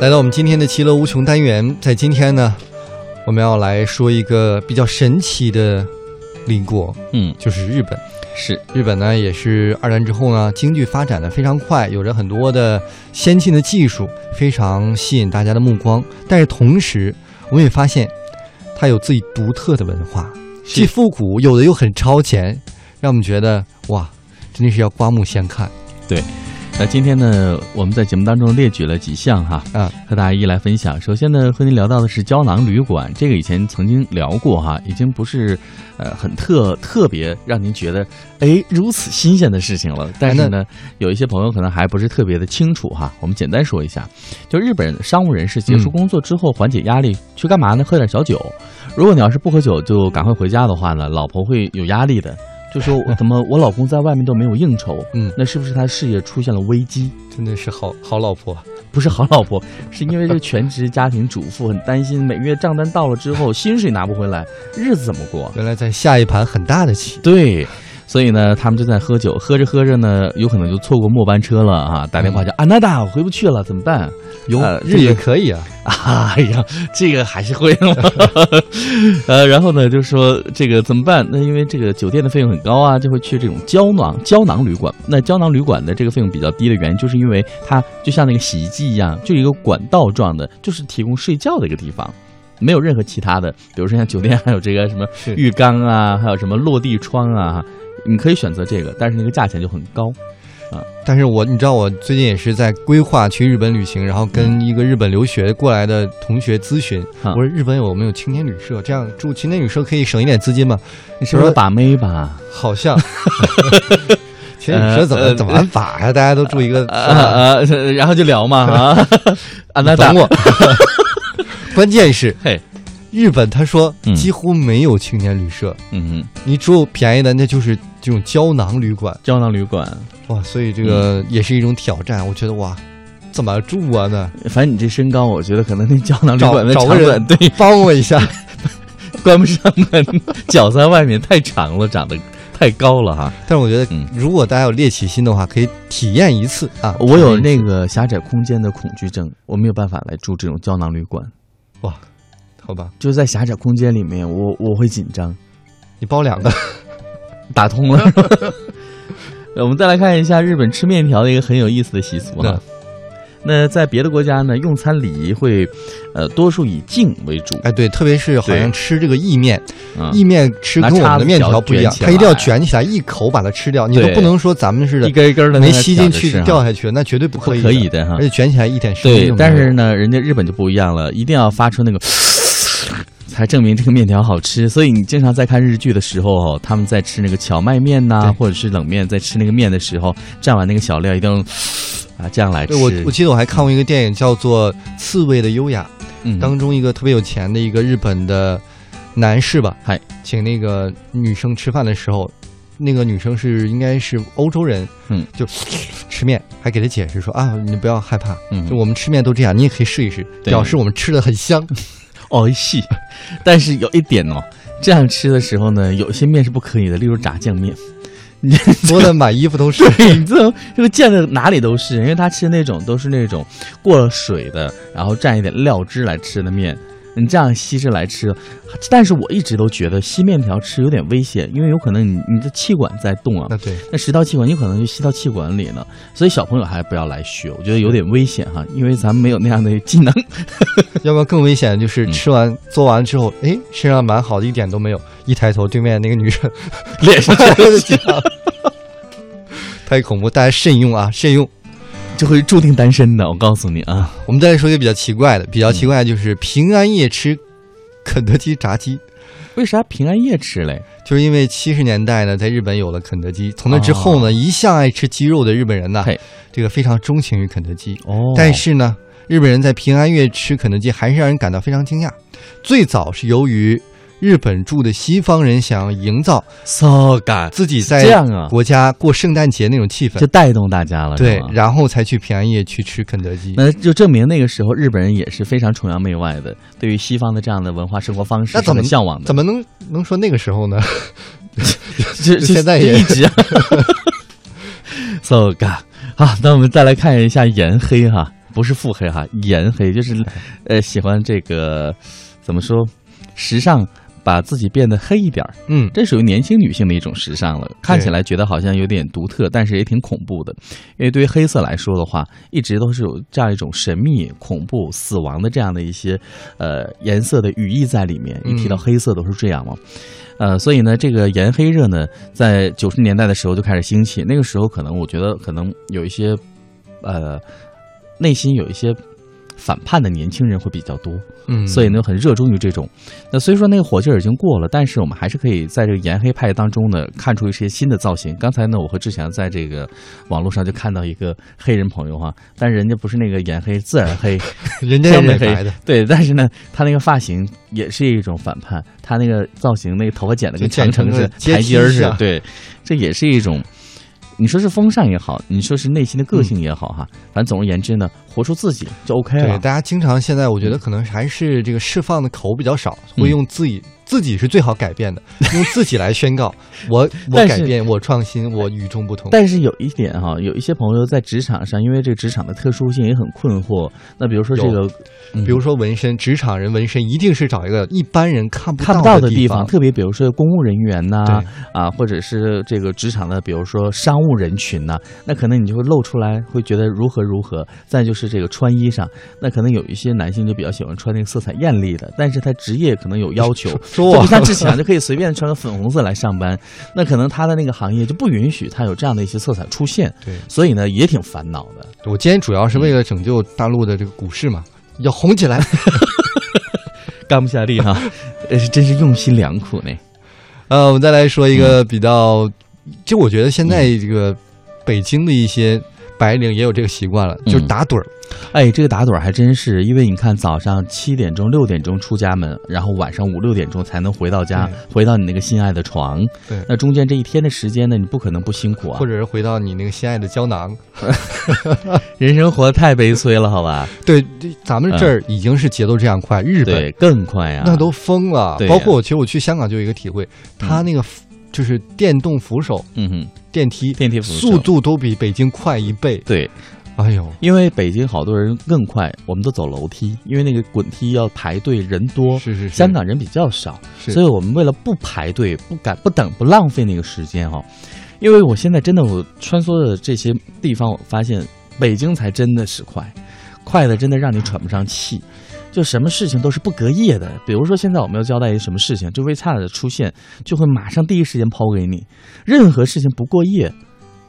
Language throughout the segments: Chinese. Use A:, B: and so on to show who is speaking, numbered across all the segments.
A: 来到我们今天的其乐无穷单元，在今天呢，我们要来说一个比较神奇的邻国，
B: 嗯，
A: 就是日本。
B: 是，
A: 日本呢，也是二战之后呢，经济发展的非常快，有着很多的先进的技术，非常吸引大家的目光。但是同时，我们也发现，它有自己独特的文化，
B: 是
A: 既复古，有的又很超前，让我们觉得哇，真的是要刮目相看。
B: 那今天呢，我们在节目当中列举了几项哈，
A: 啊，
B: 和大家一一来分享。首先呢，和您聊到的是胶囊旅馆，这个以前曾经聊过哈，已经不是呃很特特别让您觉得哎如此新鲜的事情了。但是呢，有一些朋友可能还不是特别的清楚哈，我们简单说一下，就日本商务人士结束
A: 嗯
B: 工作之后缓解压力、去干嘛呢？喝点小酒。如果你要是不喝酒就赶快回家的话呢，老婆会有压力的。就说怎么我老公在外面都没有应酬，
A: 嗯，
B: 那是不是他事业出现了危机？
A: 真的是好好老婆，啊
B: 不是好老婆，是因为这个全职家庭主妇很担心，每月账单到了之后， 薪水拿不回来，日子怎么过？
A: 原来在下一盘很大的棋。
B: 对，所以呢，他们就在喝酒，喝着喝着呢，有可能就错过末班车了啊！打电话就啊，娜达，我回不去了，怎么办？
A: 有
B: 呃
A: 日
B: 这
A: 也
B: 个
A: 可以啊，
B: 啊哎呀，这个还是会 了。呃，然后呢，就说这个怎么办？那因为这个酒店的费用很高啊，就会去这种胶囊胶囊旅馆。那胶囊旅馆的这个费用比较低的原因，就是因为它就像那个洗衣机一样，就一个管道状的，就是提供睡觉的一个地方。没有任何其他的，比如说像酒店还有这个什么
A: 是
B: 浴缸啊，还有什么落地窗啊，你可以选择这个，但是那个价钱就很高。
A: 但是我你知道，我最近也是在规划去日本旅行，然后跟一个日本留学过来的同学咨询，
B: 啊
A: 我说日本有没有青年旅社？这样住青年旅社可以省一点资金吗？
B: 你是不是 把妹吧？
A: 好 像，青年旅社怎么
B: 呃
A: 怎么安法呀？大家都住一个，是
B: 啊
A: 吧
B: 啊，呃然后就聊嘛 啊，啊那
A: 等我。关键是
B: 嘿，
A: 日本，他说
B: 嗯
A: 几乎没有青年旅社，
B: 嗯，
A: 你只有便宜的那就是这种胶囊旅馆
B: 胶囊旅馆，
A: 哇，所以这
B: 嗯
A: 个也是一种挑战。我觉得哇，怎么住啊 呢？
B: 反正你这身高，我觉得可能那胶囊旅馆的
A: 找
B: 长
A: 找个
B: 短
A: 人
B: 对
A: 帮我一下。
B: 关不上门， 脚在外面太长了，长得太高了哈。
A: 但是我觉得
B: 嗯，
A: 如果大家有猎奇心的话，可以体验一次啊。
B: 我有那个狭窄空间的恐惧症，我没有办法来住这种胶囊旅馆，
A: 哇，好吧，
B: 就在狭窄空间里面，我我会紧张。
A: 你包两个，
B: 打通 了。我们再来看一下日本吃面条的一个很有意思的习俗哈
A: 嗯。
B: 那在别的国家呢，用餐礼仪会，呃，多数以敬为主。
A: 哎，对，特别是好像吃这个意面，
B: 嗯
A: 意面吃跟我们的面条不一样
B: 拿叉，子
A: 它一定要卷起来一口把它吃掉，你都
B: 对
A: 不能说咱们似
B: 一
A: 的
B: 根一根的
A: 没吸进去
B: 是
A: 掉下去，那绝对不
B: 啊不
A: 可以，
B: 可以，的哈
A: 而。且卷起来一点声音都，
B: 对
A: 没有。
B: 但是呢，人家日本就不一样了，一定要发出那个，才证明这个面条好吃。所以你经常在看日剧的时候，哦他们在吃那个荞麦面呐、
A: 对
B: 或者是冷面，在吃那个面的时候，蘸完那个小料一定要啊这样来吃。
A: 对我我记得我还看过一个电影叫做《刺猬的优雅》，
B: 嗯
A: 当中一个特别有钱的一个日本的男士吧，
B: 嗨，
A: 请那个女生吃饭的时候，那个女生是应该是欧洲人，
B: 嗯，
A: 就吃面，还给他解释说啊，你不要害怕，
B: 嗯
A: 就我们吃面都这样，你也可以试一试，
B: 对
A: 表示我们吃的很 香。
B: 哦，细， 但是有一点哦，这样吃的时候呢，有些面是不可以的，例如炸酱面。你。
A: 多的满衣服都是
B: 对，你这这个溅的哪里都是，因为他吃那种都是那种过了水的，然后蘸一点料汁来吃的面。你这样吸着来吃，但是我一直都觉得吸面条吃有点危险，因为有可能你你的气管在动啊，
A: 那对，
B: 那食道气管有可能就吸到气管里了，所以小朋友还不要来学，我觉得有点危险哈，因为咱们没有那样的技能。
A: 要不然更危险的就是
B: 嗯
A: 吃完做完之后，哎，身上蛮好的，一点都没有。一抬头，对面那个女生
B: 脸上
A: 就这样， 太恐怖，大家慎用啊，慎用。
B: 就会注定单身的，我告诉你啊。
A: 我们再来说一个比较奇怪的，比较奇怪的就是平安夜吃肯德基炸鸡，
B: 为啥平安夜吃嘞？
A: 就是因为七十年代呢，在日本有了肯德基，从那之后呢，一向爱吃鸡肉的日本人呢
B: 啊嘿，
A: 这个非常钟情于肯德基。
B: 哦
A: 但是呢，日本人在平安夜吃肯德基还是让人感到非常惊讶。最早是由于日本住的西方人想要营造
B: 骚感
A: 自己
B: 这
A: 在
B: 样啊，
A: 国家过圣诞节那种气氛
B: 就，带动大家了，是
A: 对
B: 吗，
A: 然后才去平安夜去吃肯德基。
B: 那就证明那个时候日本人也是非常崇洋媚外的，对于西方的这样的文化生活方式
A: 那
B: 是
A: 怎么
B: 很向往的。
A: 怎么能能说那个时候呢？
B: 这
A: 就现在也
B: 一直啊骚感啊。那我们再来看一下颜黑哈，不是腹黑哈，颜黑就是，呃，喜欢这个怎么说，时尚。把自己变得黑一点儿，
A: 嗯，
B: 这属于年轻女性的一种时尚了。看起来觉得好像有点独特，但是也挺恐怖的。因为对于黑色来说的话，一直都是有这样一种神秘、恐怖、死亡的这样的一些呃颜色的语义在里面。一提到
A: 嗯
B: 黑色，都是这样嘛。呃，所以呢，这个颜黑热呢，在九十年代的时候就开始兴起。那个时候，可能我觉得可能有一些，呃，内心有一些反叛的年轻人会比较多。
A: 嗯，
B: 所以呢很热衷于这种。那虽说那个火劲儿已经过了，但是我们还是可以在这个颜黑派当中呢看出一些新的造型。刚才呢，我和志强在这个网络上就看到一个黑人朋友哈、但是人家不是那个颜黑，自然黑，
A: 人家也
B: 江
A: 美
B: 北黑
A: 白的，
B: 对，但是呢，他那个发型也是一种反叛，他那个造型，那个头发剪的跟
A: 就剪
B: 长城
A: 成
B: 似
A: 个
B: 的，台阶儿似
A: 阶梯
B: 的
A: 式，
B: 对，这也是一种，你说是风尚也好，你说是内心的个性也好哈，反正总而言之呢，活出自己就 OK
A: 对，
B: 了。
A: 大家经常现在我觉得可能还是这个释放的口比较少，
B: 嗯
A: 会用自己自己是最好改变 的，用自己来宣告我我
B: 但是
A: 改变，我创新，我与众不同。
B: 但是有一点哈、有一些朋友在职场上，因为这个职场的特殊性也很困惑。那比如说这个，嗯
A: 比如说纹身，职场人纹身一定是找一个一般人看不
B: 看不
A: 到
B: 到的地方，
A: 方。
B: 特别比如说公务人员呐、
A: 对
B: 啊，或者是这个职场的，比如说商务人群呐、那可能你就会露出来，会觉得如何如何。再就是这个穿衣上，那可能有一些男性就比较喜欢穿那个色彩艳丽的，但是他职业可能有要求，
A: 说
B: 就
A: 我
B: 不像之前就可以随便穿个粉红色来上班，那可能他的那个行业就不允许他有这样的一些色彩出现，
A: 对
B: 所以呢也挺烦恼的。
A: 我今天主要是为了拯救大陆的这个股市嘛，
B: 嗯
A: 要红起来。
B: 干不下力 哈、呃，真是用心良苦呢。
A: 呃，我们再来说一个比较，就我觉得现在这个北京的一些白领也有这个习惯了，
B: 嗯
A: 就是打盹儿。
B: 哎，这个打盹儿还真是，因为你看早上七点钟、六点钟出家门，然后晚上五六点钟才能回到家
A: 对，
B: 回到你那个心爱的床。
A: 对
B: 那中间这一天的时间呢，你不可能不辛苦啊
A: 或。者是回到你那个心爱的胶囊，
B: 人生活得太悲催了，好吧？
A: 对，这咱们这儿已经是节奏这样快，日本
B: 嗯对，更快啊呀、
A: 那都疯了。
B: 对呀
A: 包括我，其实我去香港就有一个体会，它那个就是电动扶手
B: 嗯哼，
A: 电梯，
B: 电梯扶手
A: 速度都比北京快一倍。
B: 对，
A: 哎呦，
B: 因为北京好多人更快，我们都走楼梯，因为那个滚梯要排队，人多。
A: 是是是，
B: 哦香港人比较少，
A: 是
B: 所以我们为了不排队、不赶、不等、不浪费那个时间哈、因为我现在真的我穿梭的这些地方，我发现北京才真的是快，快的真的让你喘不上气，就什么事情都是不隔夜的。比如说现在我们要交代一个什么事情，就微差的出现就会马上第一时间抛给你，任何事情不过夜，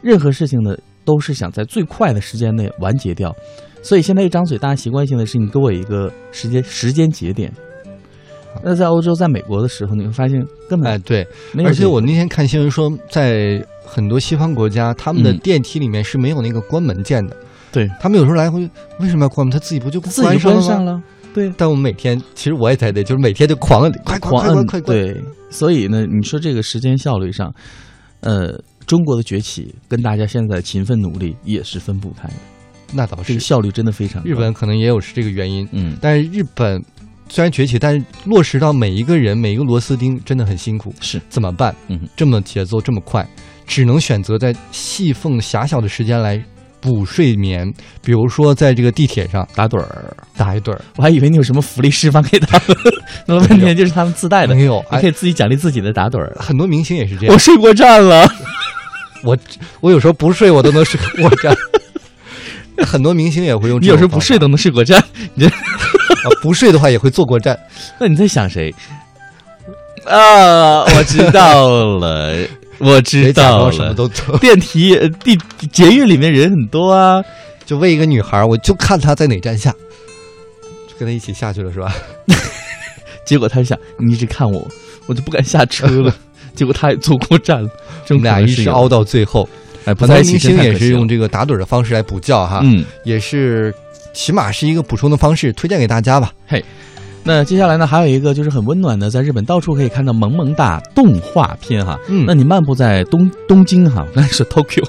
B: 任何事情呢都是想在最快的时间内完结掉。所以现在一张嘴，大家习惯性的是你给我一个时间时间节点。那在欧洲、在美国的时候，你会发现根
A: 哎
B: 本
A: 对，
B: 没有
A: 而
B: 这
A: 且
B: 个
A: 我那天看新闻说，在很多西方国家，他们的
B: 嗯
A: 电梯里面是没有那个关门键的，
B: 对
A: 他们有时候来回为什么要关门？他自己不就
B: 自己就
A: 上
B: 关
A: 了吗
B: 上？了，对，
A: 但我们每天，其实我也在内，就是每天就狂摁，快快
B: 狂
A: 快
B: 摁
A: 快快快，
B: 对，所以呢，你说这个时间效率上，呃，中国的崛起跟大家现在的勤奋努力也是分不开的，
A: 那倒
B: 这
A: 是
B: 个。效率真的非常高
A: 日本可能也有是这个原因，
B: 嗯。
A: 但是日本虽然崛起，但是落实到每一个人、每一个螺丝钉真的很辛苦，
B: 是
A: 怎么办？
B: 嗯哼，
A: 这么节奏这么快，只能选择在细缝狭小的时间来补睡眠，比如说在这个地铁上
B: 打盹儿，
A: 打一盹儿，
B: 我还以为你有什么福利释放给他们， 那么半天就是他们自带的，
A: 没有，
B: 你
A: 哎
B: 可，以自己奖励自己的打盹儿。
A: 很多明星也是这样
B: 我。睡过站了，
A: 我我有时候不睡，我都能睡我这样。 很多明星也会用
B: 你
A: 这
B: 有
A: 种
B: 时
A: 方法，
B: 候不睡都能睡过站，
A: 啊，不睡的话也会坐过站。
B: 那你在想谁？啊，我知道了，我知
A: 别假装
B: 道
A: 啊什么
B: 了。
A: 都 做。
B: 电梯、呃地捷运里面人很多啊，
A: 就为一个女孩儿，我就看她在哪站下，就跟她一起下去了，是吧？
B: 结果他想，你一直看我，我就不敢下车了。结果他也坐过站了，这
A: 我
B: 种
A: 们俩
B: 可能
A: 一
B: 是
A: 直
B: 有
A: 熬，到最后。
B: 哎，不
A: 很
B: 在
A: 多
B: 一起
A: 明
B: 真
A: 星
B: 太
A: 也
B: 可惜
A: 是
B: 了
A: 用这个打盹儿的方式来补觉哈，
B: 嗯。
A: 也是起码是一个补充的方式，推荐给大家吧。
B: 那接下来呢，还有一个就是很温暖的，在日本到处可以看到萌萌哒动画片哈。
A: 嗯
B: 那你漫步在东东京哈，我刚才说 Tokyo，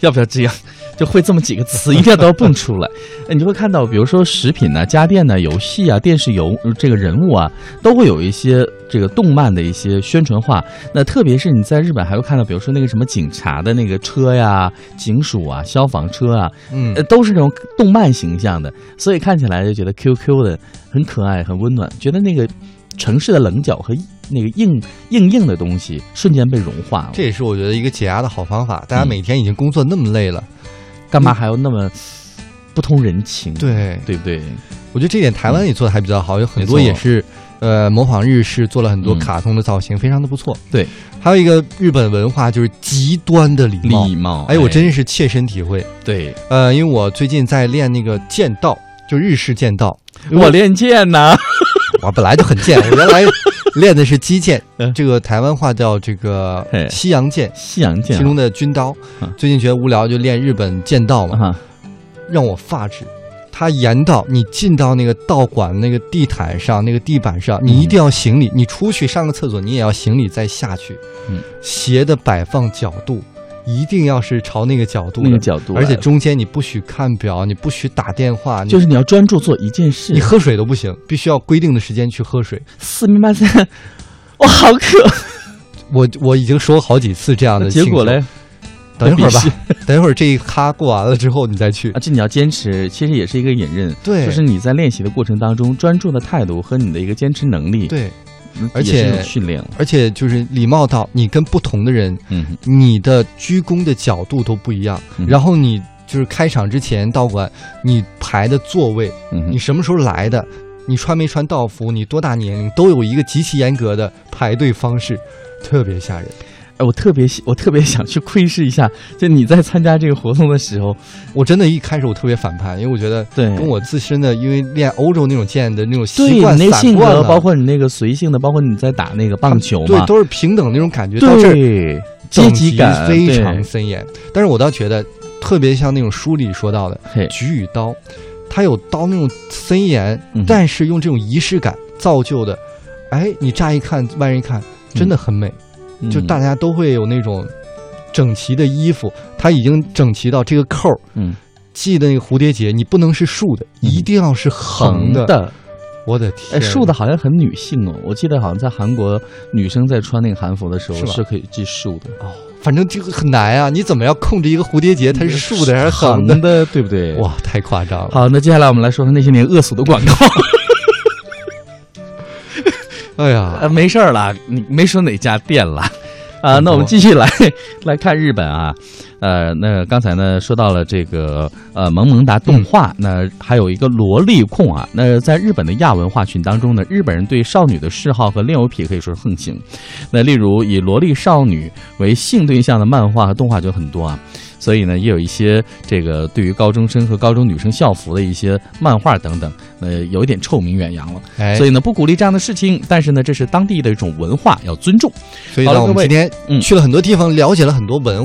B: 要不要这样？就会这么几个词，一定要都要蹦出来。 哎你就会看到，比如说食品呐、家电呐、游戏啊、电视游呃这个人物啊，都会有一些这个动漫的一些宣传画。那特别是你在日本还会看到，比如说那个什么警察的那个车呀、警署啊、消防车啊，
A: 嗯
B: 呃，都是那种动漫形象的，所以看起来就觉得 QQ 的很可爱、很温暖，觉得那个城市的棱角和那个硬硬硬的东西瞬间被融化了。
A: 这也是我觉得一个解压的好方法。大家
B: 嗯
A: 每天已经工作那么累了，
B: 干嘛还要那么不通人情？
A: 对
B: 对不对？
A: 我觉得这点台湾也做的还比较好，有很多
B: 没错
A: 也是，呃，模仿日式做了很多
B: 嗯
A: 卡通的造型，非常的不错。
B: 对，
A: 还有一个日本文化就是极端的礼貌，
B: 礼貌。
A: 哎，我真是切身体会。
B: 对，
A: 呃，因为我最近在练那个剑道，就日式剑道，
B: 我练剑呢。
A: 我啊本来就很贱，我原 来练的是击剑
B: 嗯，
A: 这个台湾话叫这个
B: 嘿
A: 西洋剑，
B: 西洋
A: 其
B: 剑
A: 中的军刀
B: 嗯。
A: 最近觉得无聊，就练日本剑道嘛，
B: 啊，
A: 让我发指。他严到你进到那个道馆那个地毯上、那个地板上，
B: 嗯
A: 你一定要行礼。你出去上个厕所，你也要行礼再下去。
B: 嗯
A: 鞋的摆放角度一定要是朝那个角度
B: 那个
A: 的，
B: 角度啊来
A: 而
B: 了，
A: 且中间你不许看表，你不许打电话，你
B: 就是你要专注做一件事
A: 你。喝水都不行，必须要规定的时间去喝水。
B: 四明八三，我好渴。
A: 我我已经说好几次这样的，
B: 结果嘞？，
A: 等一会儿吧
B: 鄙视，
A: 等一会儿这一咖过完了之后你再去
B: 啊，。这你要坚持，其实也是一个隐忍，
A: 对
B: 就是你在练习的过程当中，专注的态度和你的一个坚持能力，
A: 对，
B: 嗯，
A: 而
B: 也是一种
A: 且
B: 训练了，
A: 而且就是礼貌到你跟不同的人，
B: 嗯，
A: 你的鞠躬的角度都不一样。
B: 嗯
A: 然后你就是开场之前道馆，你排的座位，
B: 嗯
A: 你什么时候来的，你穿没穿道服，你多大年龄，都有一个极其严格的排队方式，特别吓人。
B: 哎，我特别喜，我特别想去窥视一下，就你在参加这个活动的时候，
A: 我真的一开始我特别反叛，因为我觉得。
B: 对，
A: 跟我自身的，因为练欧洲那种剑的那种
B: 对
A: 习
B: 你
A: 惯、
B: 那
A: 散
B: 性
A: 惯
B: 格，
A: 了
B: 包括你那个随性的，包括你在打那个棒球
A: 对
B: 嘛，，
A: 都是平等那种感觉。到这儿
B: 对，阶
A: 等
B: 级感
A: 非
B: 对
A: 常森严。但是我倒觉得，特别像那种书里说到的
B: 嘿
A: 《菊与刀》，它有刀那种森严，
B: 嗯
A: 但是用这种仪式感造就的。哎，你乍一看，外人一看，真
B: 嗯
A: 的很美。就大，家都会有那种整齐的衣服，它已经整齐到这个扣儿
B: 嗯，
A: 系的那个蝴蝶结，你不能是竖的，
B: 嗯
A: 一定要是
B: 横
A: 横的。
B: 的，
A: 我的天，
B: 哎，竖的好像很女性哦，我记得好像在韩国女生在穿那个韩服的时
A: 是
B: 候
A: 吧
B: 是可以系竖的，
A: 哦，反正这个很难啊！你怎么要控制一个蝴蝶结，它是竖的还是横
B: 嗯横
A: 的？
B: 的，对不对？
A: 哇，太夸张了！
B: 好，那接下来我们来说说那些年恶俗的广告。
A: 哎呀
B: 呃，，没事儿啦，你没说哪家店了。啊、那我们继续来 来看日本啊，呃，那刚才呢说到了这个呃萌萌哒动画，那还有一个萝莉控啊，那在日本的亚文化群当中呢，日本人对少女的嗜好和恋物癖可以说是横行，那例如以萝莉少女为性对象的漫画和动画就很多啊，所以呢也有一些这个对于高中生和高中女生校服的一些漫画等等，呃，有一点臭名远扬了。
A: 哎，
B: 所以呢，不鼓励这样的事情，但是呢，这是当地的一种文化，要尊重。
A: 所以
B: 好
A: 呢，
B: 了
A: 我们
B: 各位
A: 今天
B: 嗯
A: 去了很多地方，了解了很多文化。